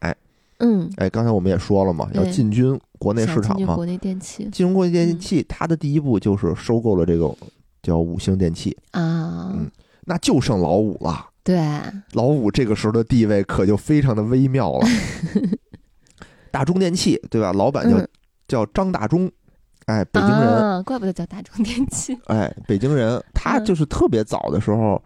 嗯，
哎，刚才我们也说了嘛，要
对
进军国内
想
市
进
场
军
嘛。
国内电器
进军国内电器，它的第一步就是收购了这个叫五星电器，
啊，
嗯那就剩老五了。
对，
老五这个时候的地位可就非常的微妙 了。大中电器，对吧？老板叫、
嗯
叫张大中，哎，北京人，
啊，怪不得叫大众 电器，
哎，北京人，他
嗯
就是特别早的时候，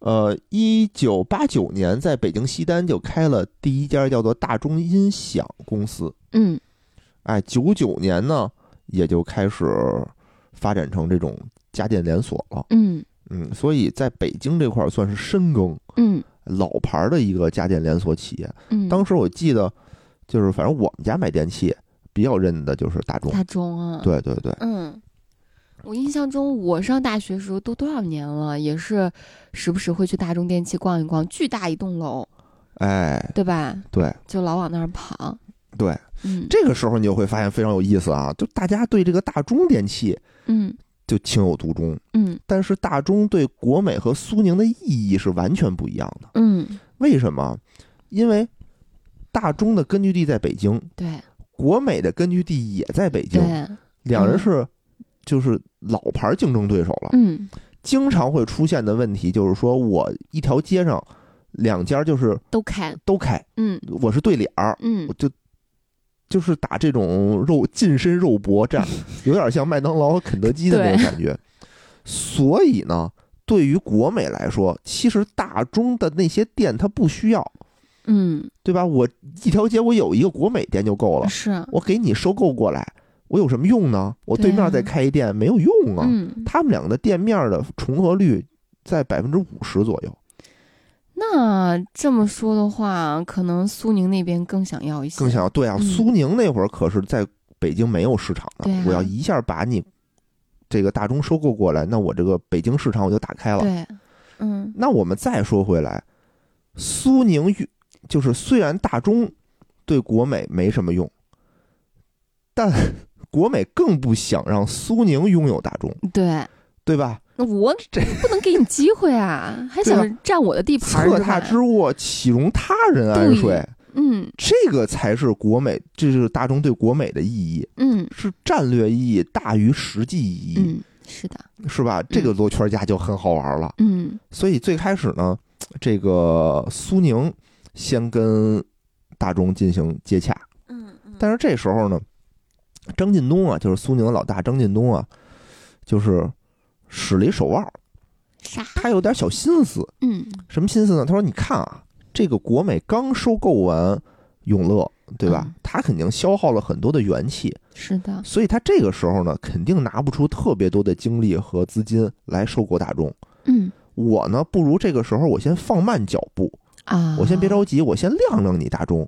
呃，一九八九年在北京西单就开了第一家叫做大中音响公司。
嗯
哎，九九年呢，也就开始发展成这种家电连锁了。
嗯
嗯，所以在北京这块儿算是深耕
嗯
老牌儿的一个家电连锁企业。
嗯，
当时我记得，就是反正我们家买电器比较认的就是大众。
大众啊，，
对对对，
嗯。我印象中，我上大学时候都多少年了，也是时不时会去大众电器逛一逛，巨大一栋楼，
哎，
对吧？
对
就老往那儿跑，
对，
嗯，
这个时候你就会发现非常有意思啊，就大家对这个大中电器
嗯
就情有独钟，
嗯
但是大中对国美和苏宁的意义是完全不一样的。
嗯，
为什么？因为大中的根据地在北京，
对
国美的根据地也在北京，
对，
两人是就是老牌竞争对手了。
嗯
经常会出现的问题就是说，我一条街上两家就是
都开，
都开，
嗯
我是对脸儿，
嗯
我就就是打这种肉近身肉搏 战，有点像麦当劳、和肯德基的那种感觉。所以呢，对于国美来说，其实大中的那些店它不需要，
嗯，
对吧？我一条街我有一个国美店就够了，
是啊，
我给你收购过来，我有什么用呢？我对
对啊
面再开一店没有用啊。
嗯
他们两个的店面的重合率在百分之五十左右，
呀，这么说的话，可能苏宁那边更想要一些，
更想要对啊，
嗯
苏宁那会儿可是在北京没有市场的，
对啊
我要一下把你这个大中收购过来，那我这个北京市场我就打开了。
对，嗯，
那我们再说回来，苏宁越就是虽然大中对国美没什么用，但国美更不想让苏宁拥有大中，
对。
对吧？
那我
这
不能给你机会啊，还
对啊
想占我的地盘
策
儿
踏
是
之
吧？
握，岂容他人安睡
对？嗯
这个才是国美，这就是大中对国美的意义，
嗯
是战略意义大于实际意义。
嗯，是的，
是吧？这个罗圈家就很好玩了。
嗯
所以最开始呢，这个苏宁先跟大中进行接洽，
嗯嗯
但是这时候呢，张近东啊，就是苏宁的老大张近东啊，就是使了一手腕儿，
啥？
他有点小心思，
嗯
什么心思呢？他说：“你看啊，这个国美刚收购完永乐，对吧？
嗯
他肯定消耗了很多的元气，
是的，
所以他这个时候呢，肯定拿不出特别多的精力和资金来收购大中。”
嗯
我呢，不如这个时候我先放慢脚步，
啊，
我先别着急，我先晾晾你大中。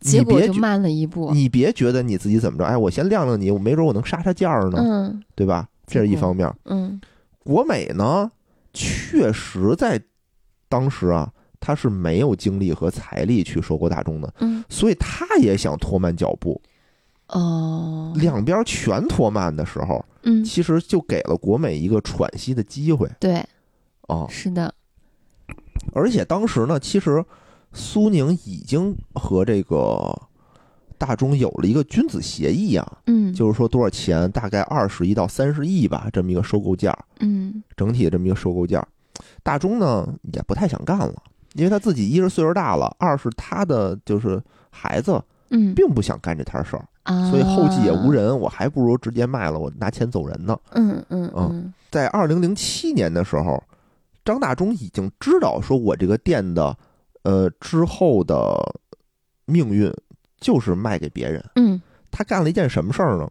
结果
你
就
别觉
慢了一步，
你别觉得你自己怎么着，哎，我先晾晾你，我没准我能杀杀价儿呢，
嗯
对吧？这是一方面。
嗯
国美呢，确实在当时啊，他是没有精力和财力去收购大众的，
嗯
所以他也想拖慢脚步。
哦，
两边全拖慢的时候，
嗯
其实就给了国美一个喘息的机会
对，
啊。
是的，
而且当时呢，其实苏宁已经和这个大中有了一个君子协议啊，
嗯
就是说多少钱，大概二十亿到三十亿吧，这么一个收购价，
嗯
整体的这么一个收购价。大中呢也不太想干了，因为他自己一是岁数大了，二是他的就是孩子
嗯
并不想干这摊事儿，
啊，
所以后继也无，人，我还不如直接卖了，我拿钱走人呢。
嗯嗯
啊
嗯
在二零零七年的时候，张大中已经知道说我这个店的呃之后的命运就是卖给别人。
嗯
他干了一件什么事儿呢？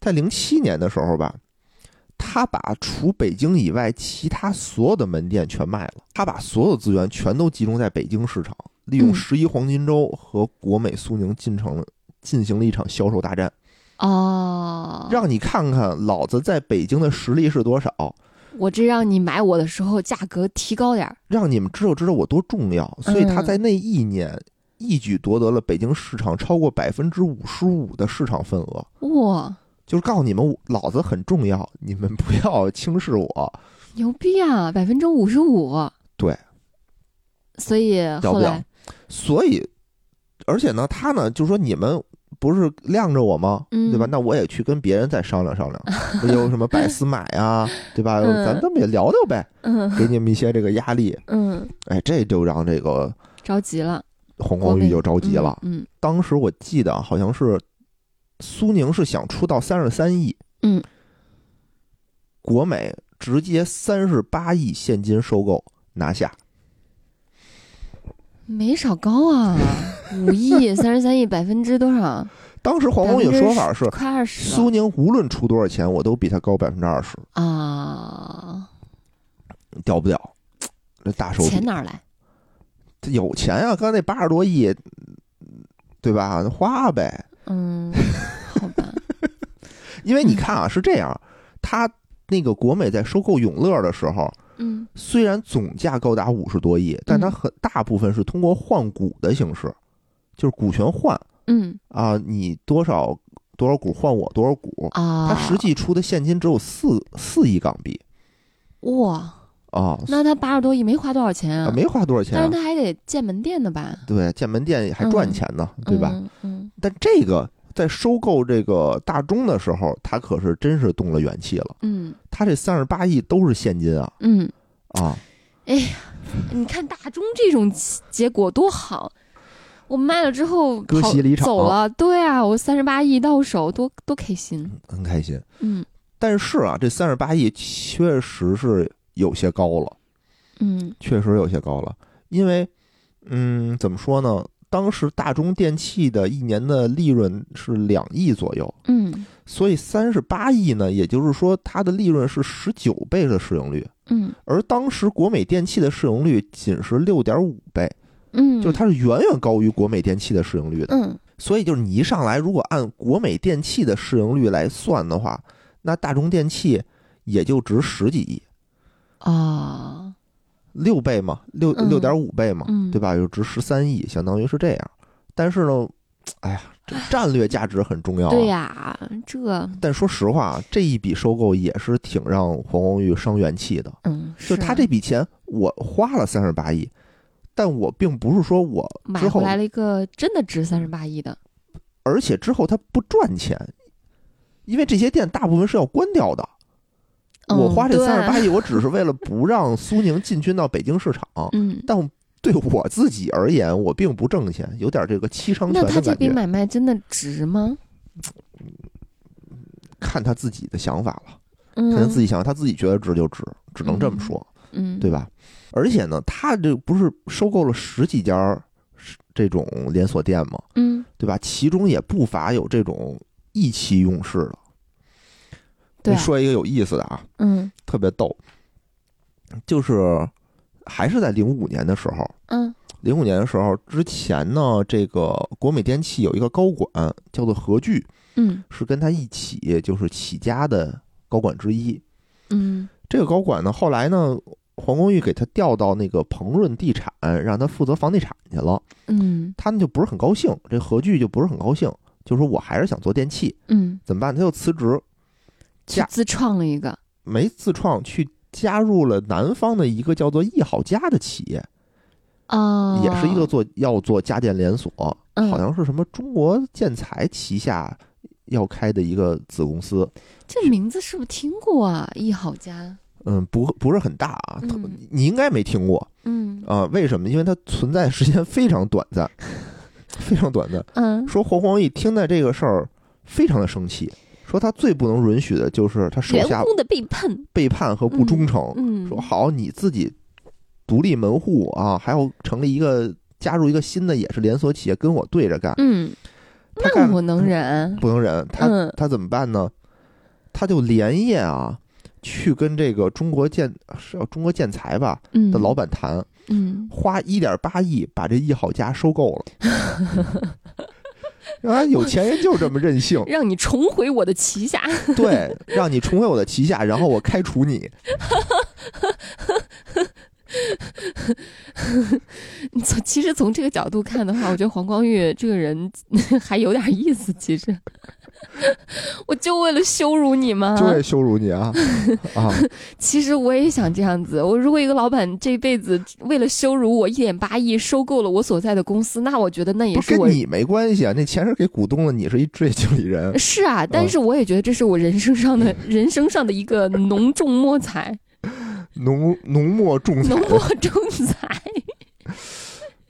在零七年的时候吧，他把除北京以外其他所有的门店全卖了，他把所有资源全都集中在北京市场，利用
嗯
十一黄金周和国美苏宁进城了进行了一场销售大战，
哦，
让你看看老子在北京的实力是多少。
我这让你买我的时候价格提高点儿，
让你们知道知道我多重要。
嗯
所以他在那一年一举夺得了北京市场超过百分之五十五的市场份额，
哇，
就是告诉你们我老子很重要，你们不要轻视我。
牛逼啊，百分之五十五，
对，
所以
要
后
不要
来？
所以，而且呢，他呢就说你们。不是晾着我吗？
嗯
对吧？那我也去跟别人再商量商 量，有什么百思买啊，对吧？
嗯
咱咱们也聊聊呗，
嗯
给你们一些这个压力。
嗯，
哎，这就让这个
着急了，
红光裕就着急了。
嗯
当时我记得好像是苏宁是想出到三十三亿，
嗯，
国美直接三十八亿现金收购拿下，
嗯，没少 高啊，五亿、三十三亿，百分之多少？
当时黄光裕的说法是，
快二十
苏
了
宁无论出多少钱，我都比他高百分之二十，
啊！
屌不屌？这大手
钱
笔，
哪儿来？
这有钱啊！刚才那八十多亿，对吧？花呗，
嗯，好吧，
因
嗯
为你看啊，是这样，他那个国美在收购永乐的时候，
嗯
虽然总价高达五十多亿，但它
嗯
很大部分是通过换股的形式，就是股权换
嗯
啊，你多少多少股换我多少股。
啊，
它实际出的现金只有四四亿港币
哇，
啊，
那他八十多亿没花多少钱
啊
啊？
没花多少钱
但
啊、
是他还得建门店呢吧？
对，建门店还赚钱呢，对吧？
嗯？嗯，
但这个在收购这个大中的时候，他可是真是动了元气了，
嗯
他这三十八亿都是现金啊
嗯，
啊！
你看大中这种结果多好，我卖了之后
割
跑
席离场
走了，对啊，我三十八亿到手，多多开心。
很开心，
嗯
但是啊，这三十八亿确实是有些高了。
嗯
确实有些高了，因为，嗯，怎么说呢？当时大中电器的一年的利润是两亿左右，
嗯
所以三十八亿呢，也就是说它的利润是十九倍的市盈率，
嗯
而当时国美电器的市盈率仅是六点五倍，
嗯，
就是它是远远高于国美电器的市盈率的。
嗯
所以就是你一上来如果按国美电器的市盈率来算的话，那大众电器也就值十几亿，
啊
六倍嘛，六
嗯
六点五倍嘛，
嗯
对吧？就值十三亿，相当于是这样。但是呢，哎呀，这战略价值很重要、啊。
对呀、这
但说实话啊，这一笔收购也是挺让黄光裕伤元气的。
嗯，
就是他这笔钱，我花了三十八亿，但我并不是说我
买
之后
回，来了一个真的值三十八亿的，
而且之后他不赚钱，因为这些店大部分是要关掉的。
嗯
我花这
对
三十八亿，我只是为了不让苏宁进军到北京市场，
嗯，
但对我自己而言，我并不挣钱，有点这个欺商权
那
的
他
感
这笔
觉。
买卖真的值吗？
看他自己的想法了，
嗯，
看他自己想法，他自己觉得值就值，只能这么
嗯
说。
嗯，
对吧？而且呢，他这不是收购了十几家儿是这种连锁店吗？
嗯，
对吧？其中也不乏有这种意气用事的。
对，
说一个有意思的啊，
嗯
特别逗，就是还是在零五年的时候，
嗯
零五年的时候之前呢，这个国美电器有一个高管叫做何惧，
嗯
是跟他一起就是起家的高管之一。
嗯
这个高管呢，后来呢，黄光裕给他调到那个鹏润地产，让他负责房地产去了。
嗯
他呢就不是很高兴，这何惧就不是很高兴，就说我还是想做电器，
嗯，
怎么办？他又辞职，
去
价
自创了一个，
没自创，去加入了南方的一个叫做易好家的企业，
啊，
也是一个做要做家电连锁，
嗯
好像是什么中国建材旗下要开的一个子公司。
嗯这名字是不是听过啊？易好家，
嗯，不不是很大啊，特
嗯
你应该没听过
嗯
啊、为什么？因为它存在时间非常短暂，非常短暂。
嗯
说黄光裕听到这个事儿，非常的生气，说他最不能允许的就是他手
员
下
工的背叛，
背叛和不忠诚。
嗯，
说好你自己独立门户啊，还要成立一个加入一个新的也是连锁企业跟我对着干，
嗯，
他干
那我能忍，
不能忍。他、
嗯
他怎么办呢？他就连夜啊去跟这个中国建是叫中国建材吧
嗯
的老，板谈，
嗯
花一点八亿把这易好家收购了。啊，有钱人就这么任 性，
让你重回我的旗下，
对，让你重回我的旗下，然后我开除你。
从 其实从这个角度看的话，我觉得黄光裕这个人 还有点意思。其实， 我就为了羞辱你吗？
就为羞辱你啊啊！
其实我也想这样子。我如果一个老板这辈子为了羞辱我一点八亿收购了我所在的公司，那我觉得那也
不
是
跟
我。。
你没关系啊，那钱是给股东的，你是一职业经理人
是啊，但
嗯
是我也觉得这是我人生上的人生上的一个浓重 墨彩，
浓浓墨重彩
浓。墨重彩。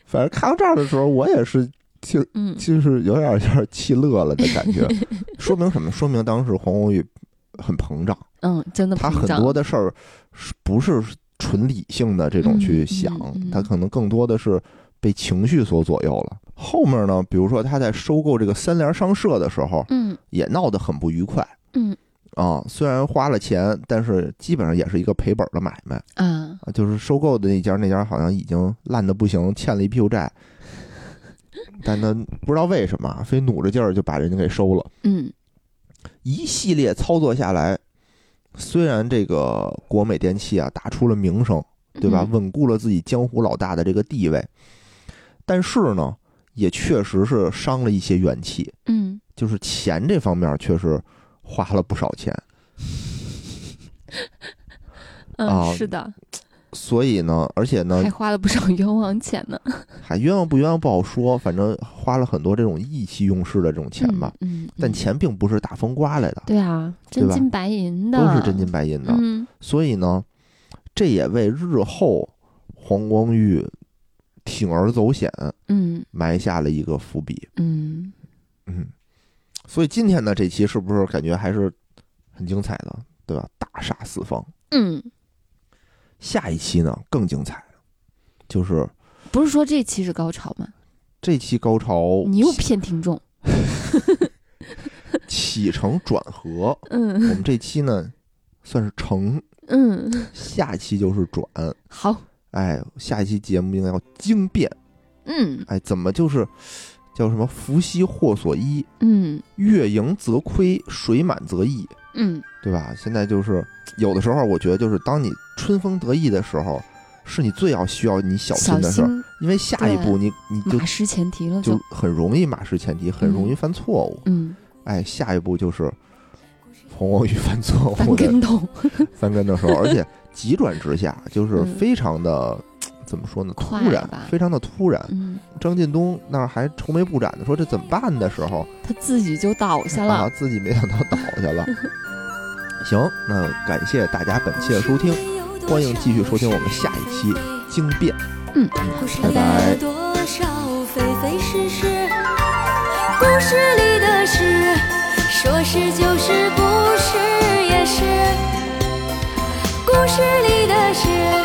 反正看到这儿的时候，我也是就
嗯
就是有点有点气乐了的感 觉。说明什么？说明当时黄宏宇很膨胀，
嗯，真的
他
膨
很
胀
多的事儿是不是纯理性的这种去想
嗯嗯嗯，
他可能更多的是被情绪所左右了。后面呢，比如说他在收购这个三联商社的时候，
嗯
也闹得很不愉快。
嗯
啊，虽然花了钱，但是基本上也是一个赔本的买卖
啊，
啊。就是收购的那家，那家好像已经烂的不行，欠了一屁股债，但他不知道为什么，啊非努着劲儿就把人家给收了。
嗯
一系列操作下来，虽然这个国美电器啊打出了名声，对吧？
嗯
稳固了自己江湖老大的这个地位，但是呢，也确实是伤了一些元气。
嗯，
就是钱这方面确实花了不少钱，
嗯，
啊
是的，
所以呢，而且呢
还，花了不少冤枉钱呢。
还冤枉不冤枉不好说，反正花了很多这种意气用事的这种钱吧。
嗯，嗯，
但
嗯
钱并不是大风刮来的，
对啊，
对
真
吧
金白银的，
都是真金白银的。
嗯
所以呢，这也为日后黄光裕铤而走险
嗯
埋下了一个伏笔。
嗯，
嗯，所以今天呢，这期是不是感觉还是很精彩的，对吧？大杀四方。
嗯，
下一期呢更精彩，就是
不是说这期是高潮吗？
这期高潮
你又骗听众。
起承转合，
嗯
我们这期呢算是承
嗯，
下期就是转，
好，
哎，下一期节目应该要精变，
嗯
哎，怎么就是叫什么福兮祸所依，
嗯
月盈则亏，水满则溢，
嗯，
对吧？现在就是有的时候，我觉得就是当你春风得意的时候，是你最要需要你小心
小
的事儿，
心
因为下一步你你就
马失前蹄了，
就很容易马失前蹄，很容易犯错误。
嗯，
哎，下一步就是黄光裕犯错
翻
误的
跟头，
翻跟的 时候，而且急转直下，就是
嗯
非常的。怎么说呢？突
快
然
吧，
非常的突然。
嗯，
张近东那儿还愁眉不展的说：“这怎么办？”的时候，
他自己就倒下
啊，
了，
自己没想到倒下了。行，那感谢大家本期的收听，欢迎继续收听我们下一期惊变。
故事
拜
里
拜
有多少非非是是？故事里的事，说是就是，不是也是。故事里的事。